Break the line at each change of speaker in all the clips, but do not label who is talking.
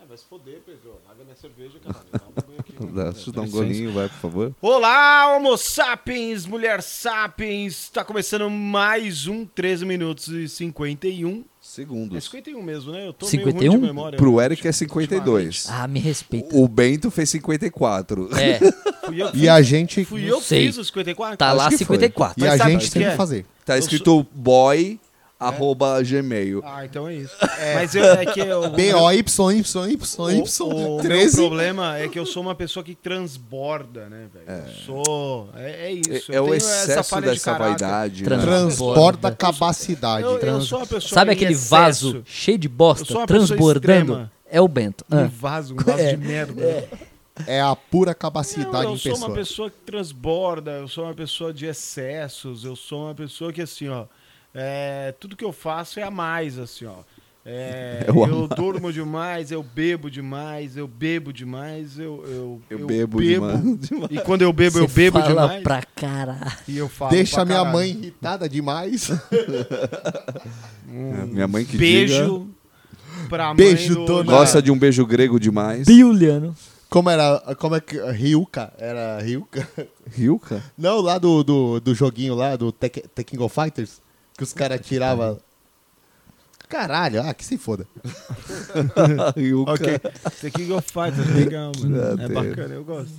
É, vai se foder, Pedro. Larga minha cerveja, caralho. Dá um banho aqui.
Dá, deixa eu dar um golinho, vai, por favor.
Olá, Homo sapiens, mulher sapiens. Tá começando mais um 13 minutos e 51. É
Segundos.
51 mesmo, né? Eu tô
51?
meio ruim de memória.
Pro Eric é
ultimamente.
52.
Ah, me respeita.
O Bento fez 54.
Uh,
É,
Fui eu,
E a gente.
fui eu que
sei.
fiz os 54?
tá lá
que foi.
54.
E a
Mas sabe
gente
o que
tem
é?
que fazer.
Tá escrito boy, arroba gmail.
Ah, então é isso. Mas eu, é que eu,
B-O-Y-Y-Y.
O, o
13.
meu problema é que eu sou uma pessoa que transborda, né, velho? Eu sou. É, é isso.
É, é
eu
o
tenho essa
excesso
falha de
dessa
caráter.
vaidade.
Trans-
né?
Transporta capacidade.
Eu, eu
Trans-
sou uma pessoa.
Sabe
em
aquele
excesso.
vaso cheio de
Eu sou
bosta
uma pessoa
transbordando?
extrema.
É o Bento. Ah.
Um vaso, um vaso de merda.
É a pura
Não,
capacidade
eu
em
sou uma
pessoa.
pessoa que transborda, eu sou uma pessoa de excessos, eu sou uma pessoa que, assim, ó, é, tudo que eu faço é a mais, assim, ó. É,
É o a
eu durmo demais, eu bebo demais, eu bebo demais, eu, eu,
Eu bebo demais.
E quando eu bebo,
Você
eu bebo
fala
demais.
pra caralho.
E eu falo
Deixa
pra
minha
caralho.
mãe irritada demais.
É, Minha mãe que diga,
Beijo pra
Beijo,
mãe do...
dona.
gosta de um beijo grego demais.
Biuliano.
Como era. Como é que. Ryuka? Era Ryuka?
Ryuka?
Não, lá do, do, do joguinho lá, do Tek- Tekken Go Fighters, que os caras tiravam. Caralho, ah, que se foda.
Ah, Ryuka.
Ok. The King of Fighters, legal, mano. É
Deus.
bacana, eu gosto.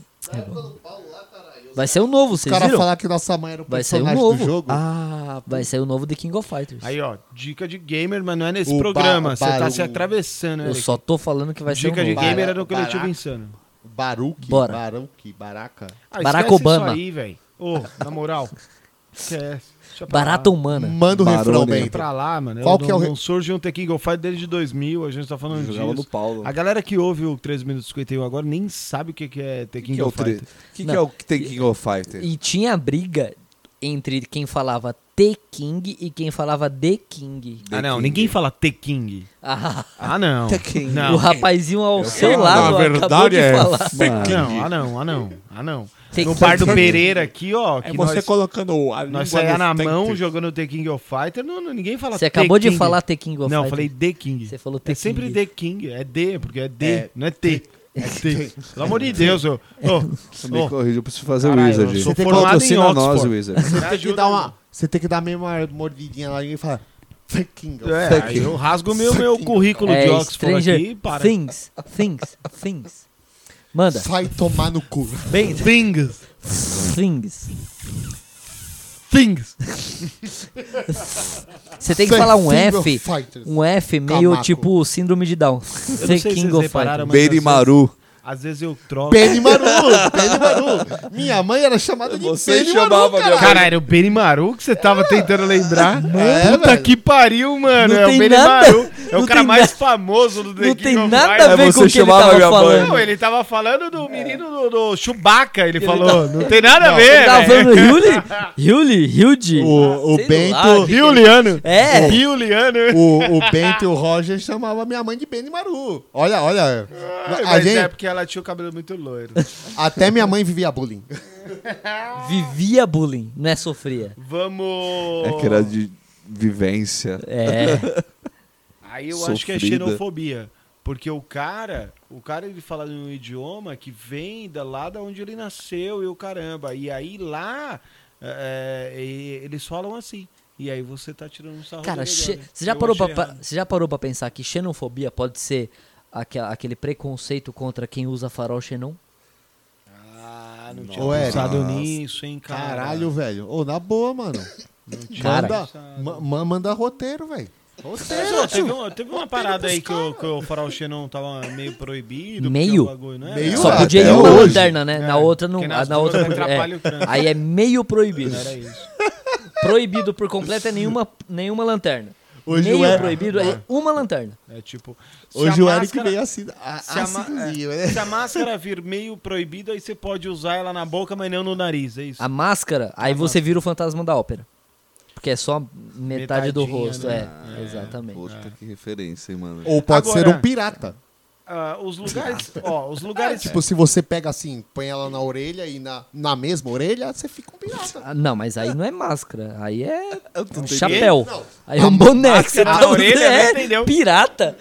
Vai ser o novo,
Os
vocês
caras
viram?
falaram que nossa mãe era o
Vai sair o
personagem do
novo.
jogo.
Ah, vai sair o novo The King of Fighters.
Aí, ó, dica de gamer, mas não é nesse
O
programa.
ba-
Você tá
barulho.
se atravessando,
Eu
né, Eric. Um
só tô falando que vai ser o
Dica de
novo.
Bara-
gamer era no coletivo
Baraca.
insano.
Baruque,
Bora.
Baruque, Baraca.
Ah,
Barack
esquece
Obama.
Isso aí, velho. Ô, na moral. Esquece. Deixa pra
Barata
lá. Hum.
humana.
Manda o
Barone.
refrão, então.
Deixa
Bento.
pra lá, mano.
Qual
Qual
que
não,
é o re-
não surge um The King of Fighters desde 2000, a gente tá falando
Jogava no
disso.
Paulo.
A galera que ouve o 3 minutos e 51 agora nem sabe o que que é The
O que,
King
que é o
of
tre...
Fighters.
que, que
Não.
é o Tekken Go Fighter?
E tinha briga entre quem falava The King e quem falava The King.
Ah, não, ninguém fala The King.
Ah,
Ah, não.
The King.
Não.
o rapazinho ao seu
quero-
lado
Na
acabou de falar.
Mano,
Não, ah não, ah não, ah não.
The
é No bar do
King.
Pereira aqui,
É,
ó. É Que nós,
colocando a
nós saia na mão jogando The King of Fighter, não, não, ninguém fala
Você
The
acabou de
King.
falar The King of
Não, eu
Fighters.
falei The King.
Você falou The
É sempre
King.
The King. É D, porque é D,
É.
não é T. É T. Pelo amor de Deus, ô.
É.
Ô,
Me
ô,
corrija, eu preciso fazer
Caralho,
o Wizard.
eu sou
Você
formado em
Patrocina nós,
Oxford.
Wizard.
me
Você tem que
ajuda,
dar uma.
mano.
Você tem que dar mesmo uma mordidinha lá e falar. Tekken Go
É,
Fuck
aí eu rasgo o meu, meu currículo
é,
de Oxford
Stranger
aqui e para.
Things, Things, Things. Manda.
Sai tomar no cu.
Bem,
Things.
Things.
Things.
Você tem que falar um
Tekken Go
F,
Fighters.
um F meio
Camaco.
tipo síndrome de Down.
Eu
The
não sei se
King
vocês
of
repararam, mas
Fighters.
às vezes,
Benimaru.
às vezes eu troco.
Benimaru, Benimaru. Minha mãe era chamada de
Você
Benimaru,
chamava minha
caralho.
Caralho, era o Benimaru que você tava tentando lembrar.
É,
Puta
velho.
que pariu, mano.
Não
é o
tem
Benimaru.
nada-
É o
não
cara
tem
mais
na-
famoso do The
Não
King
tem
of
nada a
É,
ver com o
você
que ele
chamava
tava
minha mãe.
falando.
Não, ele tava falando do menino do, do Chewbacca, ele falou. Não tem nada a ver, né?"
Ele tava
É, velho.
falando Yuli? Yuli? Hilde?
O, o
Sei lá,
Bento.
Riuliano.
É.
Riuliano.
O, o Bento e o Roger chamavam minha mãe de Benimaru. Olha, olha. a
mas é
gente,
porque ela tinha o cabelo muito loiro.
até minha mãe vivia bullying.
Vivia bullying, não é sofria.
Vamos.
É que era de vivência.
É,
Aí eu acho que é
Sofrida.
xenofobia. Porque o cara, o cara ele fala um idioma que vem da lá da onde ele nasceu e o caramba. E aí lá é, é, e- eles falam assim. E aí você tá tirando um sarro
cara,
dele
xe-
agora.
você já,
Eu
parou pra,
achei
pra-
errado.
você já parou pra pensar que xenofobia pode ser aquela- aquele preconceito contra quem usa farol xenon?
Ah, não tinha
Ô, Eric.
pensado nisso, hein, cara.
Caralho, velho. Ô, na boa, mano.
Não tinha
Cara.
Manda, ma- ma- manda roteiro, velho.
Mas,
Roteiro.
ó, teve, uma,
um
teve uma parada aí que o, que o farol Xenon tava meio proibido. porque
Meio?
o bagulho, né?
Meio?
Só
Ah,
podia ir
até
uma
hoje.
lanterna, né? Na outra não.
É, Porque
a-
nas
Na
duas
outra
atrapalha o
é.
trânsito.
Aí é meio proibido.
Era isso.
Proibido por completo é nenhuma, nenhuma lanterna.
Hoje
meio
o Eric-
proibido é uma lanterna.
É tipo. se
Hoje
a
o Eric
máscara-
veio assim. a-
se a ma-
assinzinho,
é,
né?
Se a máscara vir meio proibida, aí você pode usar ela na boca, mas não no nariz, é isso?
A máscara, aí você vira o fantasma da ópera. Porque é só metade do
Metadinha,
rosto,
né?
é. Exatamente.
Puta, que referência, hein, mano.
Ou pode
Agora-
ser um pirata.
Ah, os lugares. Ó, os lugares.
Tipo, se você pega assim, põe ela na orelha e na, na mesma orelha, você fica um pirata.
Ah, não, mas aí não é máscara, aí é
Eu não
um
tenho-
chapéu.
Não.
Aí é um boneco.
máscara na
tá-
orelha, né?
é
Entendeu?
pirata.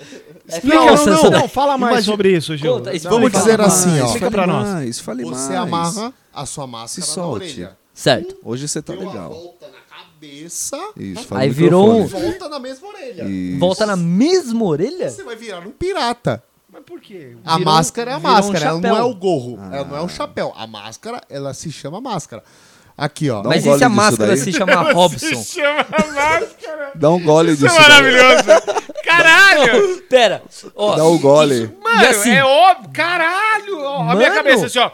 É
Explica,
Não,
não,
Sansa,
não,
daí.
não, fala mais
Imagina-
sobre isso, Gil.
Conta,
Não,
Vamos
fala
dizer
mais.
assim, ó.
Explica pra nós.
Mais, fale
Você
mais.
amarra a sua máscara
Se
na
solte.
orelha.
Certo.
Hoje você tá
Deu a
legal.
volta na cabeça
Isso,
Aí virou
e
microfone.
volta na mesma orelha.
Isso.
Volta na mesma orelha?
Você vai virar um pirata.
Mas por quê?
A
Virou-
máscara é a
virou um
máscara, ela não é
chapéu.
o gorro, ela não é
Ah.
o chapéu. A máscara, ela se chama máscara. Aqui, ó.
Dá um
Mas e
gole
se a
disso
máscara
daí.
se chamar Robson?
chama máscara.
Dá um gole
é
disso. daí.
Caralho! é
Pera, ó.
Dá um gole.
E assim,
óbvio. Caralho! Ó,
a minha Mano. cabeça
assim, ó.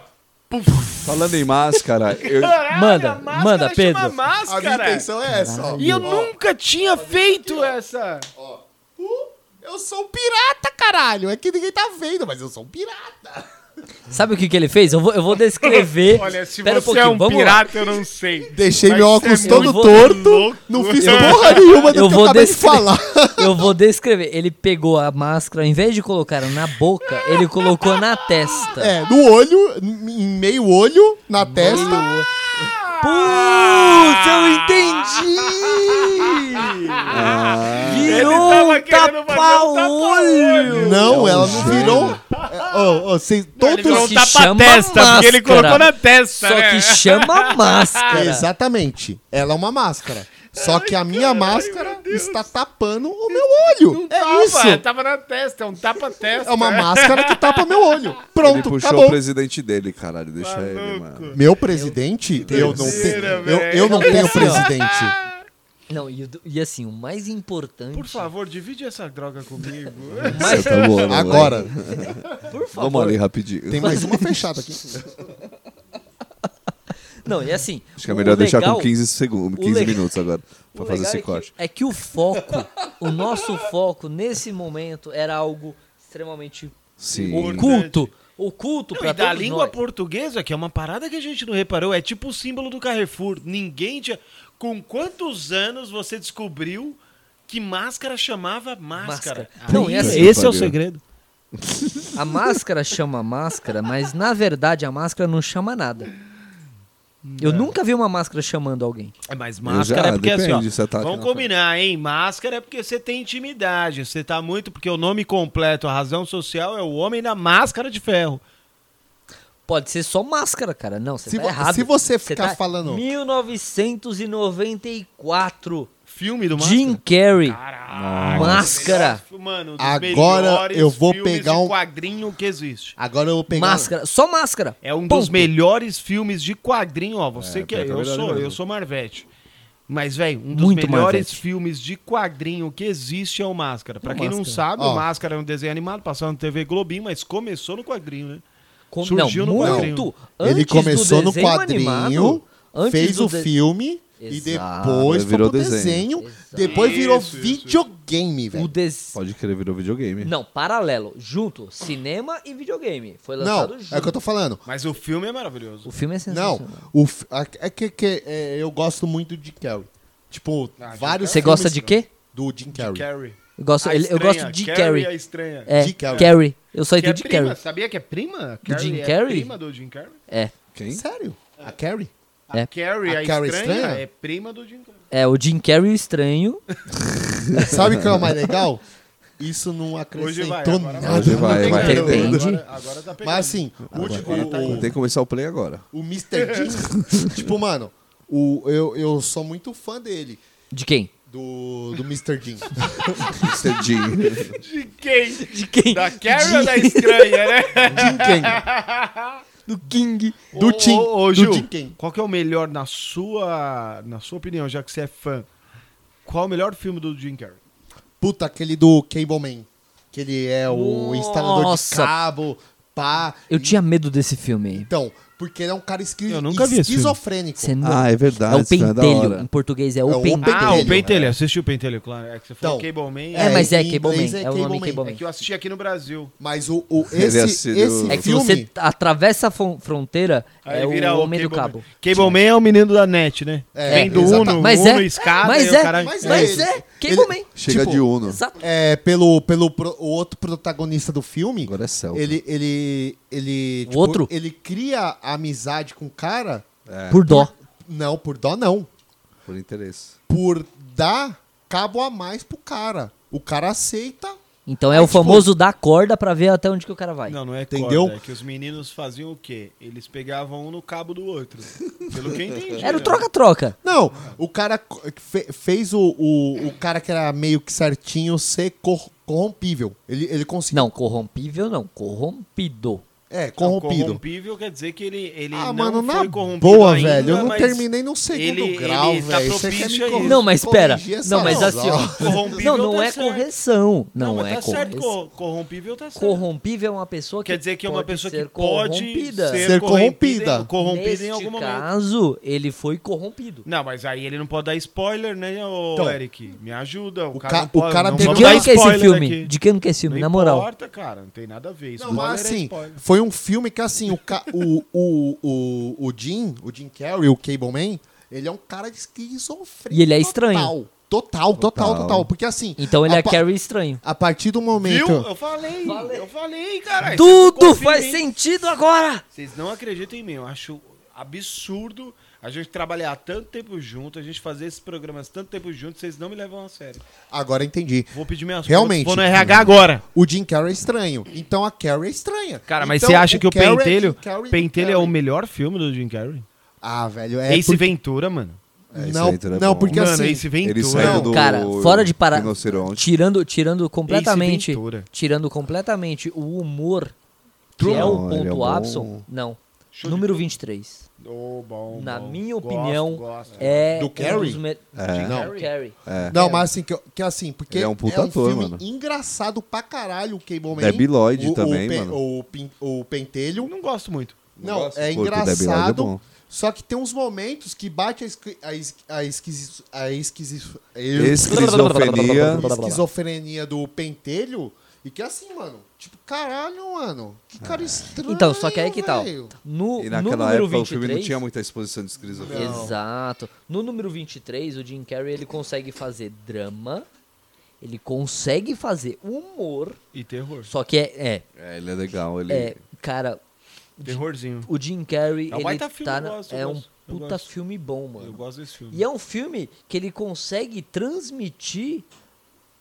Falando em máscara, eu,
Manda, a máscara manda, chama Pedro.
a minha intenção é essa, ó.
E eu nunca tinha feito essa.
Uh, eu sou um pirata, caralho. É que ninguém tá vendo, mas eu sou um pirata.
Sabe o que, que ele fez? Eu vou, eu vou descrever. Pera um pouquinho, vamos lá.
é eu não sei.
Deixei meu óculos
é
todo
muito
torto,
louco.
não fiz porra nenhuma do
eu
que
vou
eu acabei de
descre-
falar.
Eu vou descrever. Ele pegou a máscara, ao invés de colocar na boca, ele colocou na testa.
É, no olho, em meio olho, na testa.
Putz, eu entendi! Virou um tapa-olho!
Não, ela não virou. É, Ô, ô, vocês todos.
virou um
se-
tapa- testa, porque ele colocou na né?
testa. né?
Só que chama máscara.
Exatamente. Ela é uma máscara. Só que a minha máscara está tapando o meu olho. é isso.
Tava na testa, é um tapa-testa.
É uma máscara que tapa meu olho.
ele
Pronto,
puxou o
acabou.
presidente dele, caralho. Deixa ele, mano.
Meu presidente, eu, não tenho.
Doideira,
Eu,
velho.
eu não
Não,
tenho
assim, ó.
presidente.
Não, e, o do- e assim, o mais importante.
Por favor, divide essa droga comigo.
Você tá voando, moleque.
é Agora,
por favor.
Vamos ali rapidinho.
tem mais uma fechada aqui.
Não, e assim.
Acho que é
o
melhor deixar
legal-
com 15 segundos,
o
15
legal-
minutos agora,
o
pra fazer
legal
esse
é que-
corte.
É que o foco, o nosso foco nesse momento era algo extremamente
Sim.
oculto. Oculto
Não, e
pra
da
todos
língua
nós.
portuguesa, que é uma parada que a gente não reparou, é tipo o símbolo do Carrefour. Ninguém tinha. Com quantos anos você descobriu que máscara chamava máscara?
Máscara. Não,
Ah,
e assim-
esse é o
Pariu.
segredo.
A máscara chama máscara, mas na verdade a máscara não chama nada. Eu nunca vi uma máscara chamando alguém.
É, mas
já-
máscara é porque assim, ó,
depende, você tá aqui
vamos
na
combinar, hein? Máscara é porque você tem intimidade, você tá muito, porque o nome completo, a razão social é o homem na máscara de ferro.
Pode ser só máscara, cara. Não, você
Se
tá
vo-
errado.
se você ficar
tá-
falando-
1994.
Filme do máscara.
Jim Carrey.
Caraca,
Máscara.
Mano, dos
Agora
melhores
eu vou
filmes
pegar
de
um-
quadrinho que existe.
Agora eu vou pegar.
Máscara. Só máscara.
É um
Ponto.
dos melhores filmes de quadrinho, ó. Você
É,
que
pior que é
eu
verdade
sou, eu
mesmo.
sou Marvete. Mas velho, um dos
Muito
melhores
Marvete.
filmes de quadrinho que existe é o Máscara. Pra
O
quem não
Máscara.
sabe,
Ó.
o Máscara é um desenho animado passado na TV Globinho, mas começou no quadrinho, né?
Com-
surgiu
não,
no quadrinho.
muito antes
Ele começou
do
no
desenho
quadrinho,
animado, antes
fez
do
o
de-
filme e
Exato,
depois foi
virou
pro desenho.
desenho.
Depois virou
Isso, isso, isso.
videogame,
O
velho.
des...
Pode querer virou videogame.
Não, paralelo. Junto, cinema e videogame. Foi lançado
Não,
junto.
é o que eu tô falando.
Mas o filme é maravilhoso.
O filme é sensacional.
Não, o, f- a- é que, que- é, eu gosto muito de Carrey. Tipo,
Ah,
vários.
Você gosta de
filmes
quê?
Do Jim Carrey.
Carrie.
Eu gosto,
A
ele- eu
estranha,
gosto de
é a
Carrey.
estranha.
É,
De Carrey.
Carrey. Eu só
Que é
entendi
prima,
Carrey.
Sabia que é prima?
Do Jim
é
Carrey?
prima do Jim Carrey?
É,
Quem?
Sério? A Carrey?
A
É.
Carrie,
A
a,
Carrie
estranha,
estranha?
é prima do Jim Carrey.
é o Jim Carrey estranho.
Sabe o que é o mais legal? Isso não
Hoje
acrescentou
vai, agora tá
nada.
Hoje vai,
Não tem
vai,
nada.
arrepende.
Agora, agora tá pegando.
Mas assim, o,
Vai
tá
o,
ter que começar o play agora.
o Mr. Jim, tipo, mano, o, eu, eu sou muito fã dele,
De quem?
do, do Mr. Jim.
Mr. Jim.
De quem?
De quem?
Da Carrie ou da estranha, né?
Jim Ken.
Do King.
Do
Ô,
Tim.
ô, ô,
do
Gil,
Tim Ken.
Qual que é o melhor, na sua, na sua opinião, já que você é fã? Qual é o melhor filme do Jim Carrey?
Puta, aquele do Cableman. Que ele é o instalador de
Nossa.
cabo, pá.
Eu tinha medo desse filme aí.
Então, porque ele é um cara esqui-
Eu nunca vi esse filme.
esquizofrênico.
Você não-
Ah, é verdade,
É o
isso é da
pentelho.
hora.
Em português é o
É o
pentelho.
Ah, o Pentelho,
Assisti o Pentelho, claro. É que você falou
falou Então,
Cable Man.
É,
É,
mas é
em inglês
Cableman.
é
É, o nome
Cableman.
Cableman.
É que eu assisti aqui no Brasil.
Mas o, o-
Ele
esse,
é
esse
sido-
filme...
É que você atravessa a fron- fronteira,
Aí
é
vira
o homem do
Cable
cabo.
Man. Cable Man é o menino da net, né?
É,
Vem do
exata-
Uno,
Mas
Uno
é,
escada.
mas
e o
é,
cara-
Mas
mas
é,
é,
ele-
Cableman.
Chega
Tipo,
de Uno.
Exato.
É, pelo, pelo pro- o outro protagonista do filme.
Agora é Celta.
Ele, ele, ele.
O outro?
Ele cria amizade com o cara.
É.
Por dó.
Não, por dó não.
Por interesse.
Por dar cabo a mais pro cara. O cara aceita
Então é o famoso dar corda pra ver até onde que o cara vai.
tipo, Não, não é
Entendeu?
corda, é que os meninos faziam o quê? Eles pegavam um no cabo do outro. Pelo que eu entendi.
Era o
né?
troca-troca.
Não, o cara co- fe- fez o, o, o cara que era meio que certinho ser cor- corrompível. Ele, ele conseguiu.
Não, corrompível não, corrompido.
É,
Não,
corrompido.
Corrompível quer dizer que ele, ele não
ah, mano,
foi
na
corrompido
boa,
ainda,
velho. Eu não
mas
terminei no segundo
ele-
grau,
ele tá
velho.
propício
quer me
a isso.
corri-
Não, mas espera.
corrigir essa
Não, mas
razão.
assim, ó.
Corrompível
Não, não
tá
é
certo.
correção. Não,
mas
é
tá certo,
correção.
cor- corrompível tá certo.
Corrompível é uma pessoa que
Quer dizer que é uma
pode
pessoa que
ser
pode
corrompida.
ser,
Ser
corrompida,
corrompida.
corrompida
Neste
em algum momento.
caso, ele foi corrompido.
Não, mas aí ele não pode dar spoiler, né, ô
Então,
Eric? Me ajuda. O,
o
cara,
ca-
não pode,
o cara
não
De
tem-
vamos
que
dar
ano que é esse
spoiler
filme?
aqui.
De que ano que é esse filme,
não
na moral?
importa, cara. Não tem nada a ver.
Não,
Spoiler
mas
é
assim,
spoiler.
foi um filme que assim, o, ca- o, o, o, o Jim, o Jim Carrey, o Cableman, ele é um cara de esquizofrenia.
E ele é estranho.
Total, total, total,
Total.
total. Porque assim.
Então ele
a
é
pa-
Carrie estranho.
A partir do
Viu?
um momento.
Eu falei. Eu falei, cara.
Tudo faz
sentido.
sentido agora!
Vocês não acreditam em mim. Eu acho absurdo a gente trabalhar tanto tempo junto, a gente fazer esses programas tanto tempo junto, vocês não me levam a sério.
Agora entendi.
Vou pedir minhas
Realmente.
contas, vou no RH agora.
O Jim Carrey é estranho. Então a Carrey é estranha.
Cara, mas
Então,
você acha que o
Carrey é
Pentelho,
Jim Carrey,
Pentelho é
Carrey.
o melhor filme do Jim Carrey?
Ah, velho, é.
É Ace
por-
Ventura, mano.
É, isso
Não,
aí, tudo é
não
bom.
porque
mano,
assim.
Ace Ventura. é um
Ele saiu
Não,
do
Cara, fora de parar.
rinoceronte.
Tirando, tirando completamente.
Ventura.
Tirando completamente o humor, que
Truman.
é o
Não, ele é
ponto
bom.
Abson. Não.
Show de
Número 23.
Ô, bom,
Na
bom.
minha
Gosto,
opinião,
gosto.
É.
Do
um
Carrey?
dos me-
É.
Não.
Do Carrey.
Não, mas assim, que, que assim, porque
Ele é um puta ator,
filme
mano.
engraçado pra caralho o Cable Man.
Debbie Lloyd
o, o
também,
Pen-
mano.
O, Pin- o Pentelho.
Eu não gosto muito.
Não,
gosto.
é
Pô, o Debbie Lloyd é
engraçado.
bom.
só que tem uns momentos que bate a, esqui, a, esqui, a, esquisi, a esquisi-
Esquizofrenia.
esquizofrenia do Pentelho. E que assim, mano. Tipo, caralho, mano. Que cara estranho.
Então, só que aí que tal?
velho.
No,
E
Tipo, no
naquela
número
época
23,
o filme não tinha muita exposição de esquizofrenia.
Exato. No número 23, o Jim Carrey ele consegue fazer drama, ele consegue fazer humor,
E terror.
só que é.
É, ele é legal. Ele...
É, é cara,
Terrorzinho.
o Jim Carrey
É um
ele
baita filme,
tá
eu
na-
gosto, eu
é um
gosto, eu
puta
gosto.
filme bom,
Eu
mano.
gosto desse filme.
E é um filme que ele consegue transmitir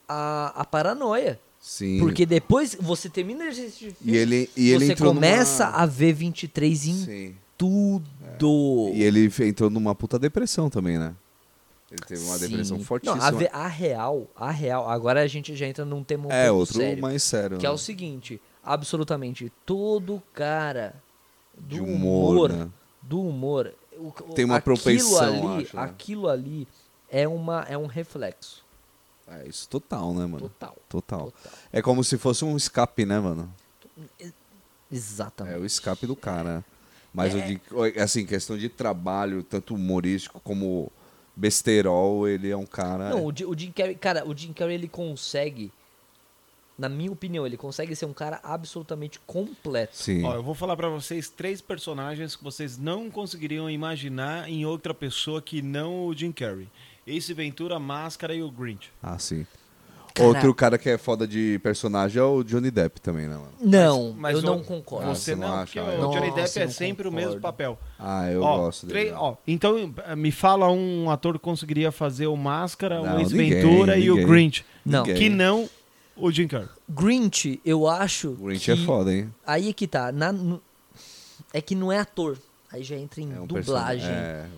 a, a paranoia.
Sim.
Porque depois você termina de assistir o
E
filme,
ele, e ele
você
entrou
começa
numa...
a ver 23 em
Sim. É.
tudo.
E ele entrou numa puta depressão também, né? Ele teve uma
Sim.
depressão
Não,
fortíssima.
a, ve- a real, a real. Agora a gente já entra num tema um
É,
pouco
outro
sério,
mais sério.
que é
né?
o seguinte: absolutamente todo cara do
De humor,
humor,
né?
do humor, o- o-
Tem uma
aquilo
propensão,
ali,
acho, né?
aquilo ali é uma é um reflexo
É isso total, né, mano?
total,
Total.
total.
É como se fosse um escape, né, mano? É
Exatamente.
o escape do cara. Mas, eu
É.
digo, assim, questão de trabalho, tanto humorístico como besterol, ele é um cara...
Não, o, Ji- o Jim Carrey, cara, o Jim Carrey ele consegue na minha opinião, ele consegue ser um cara absolutamente completo.
Sim.
Ó, eu vou falar pra vocês três personagens que vocês não conseguiriam imaginar em outra pessoa que não o Jim Carrey. Ace Ventura, Máscara e o Grinch.
Ah, sim.
Cara-
Outro cara que é foda de personagem é o Johnny Depp também, né, mano?
Não, eu
o-
não concordo.
Ah,
Você
você não
não,
acha?
porque
Ah,
o
eu-
Johnny
Nossa,
Depp é
não
sempre o
concordo.
mesmo papel.
Ah, eu
Ó,
gosto dele.
três- ó, então eh, me fala um ator que conseguiria fazer o Máscara,
Não,
o Ace
ninguém,
Ventura e o
ninguém.
Grinch.
Não.
Ninguém.
Que não o Jim Carrey.
Grinch, eu acho.
O Grinch
que-
é foda, hein?
Aí é que tá. na- no- É que não é ator. Aí já entra em
É um
dublagem.
personagem- é, um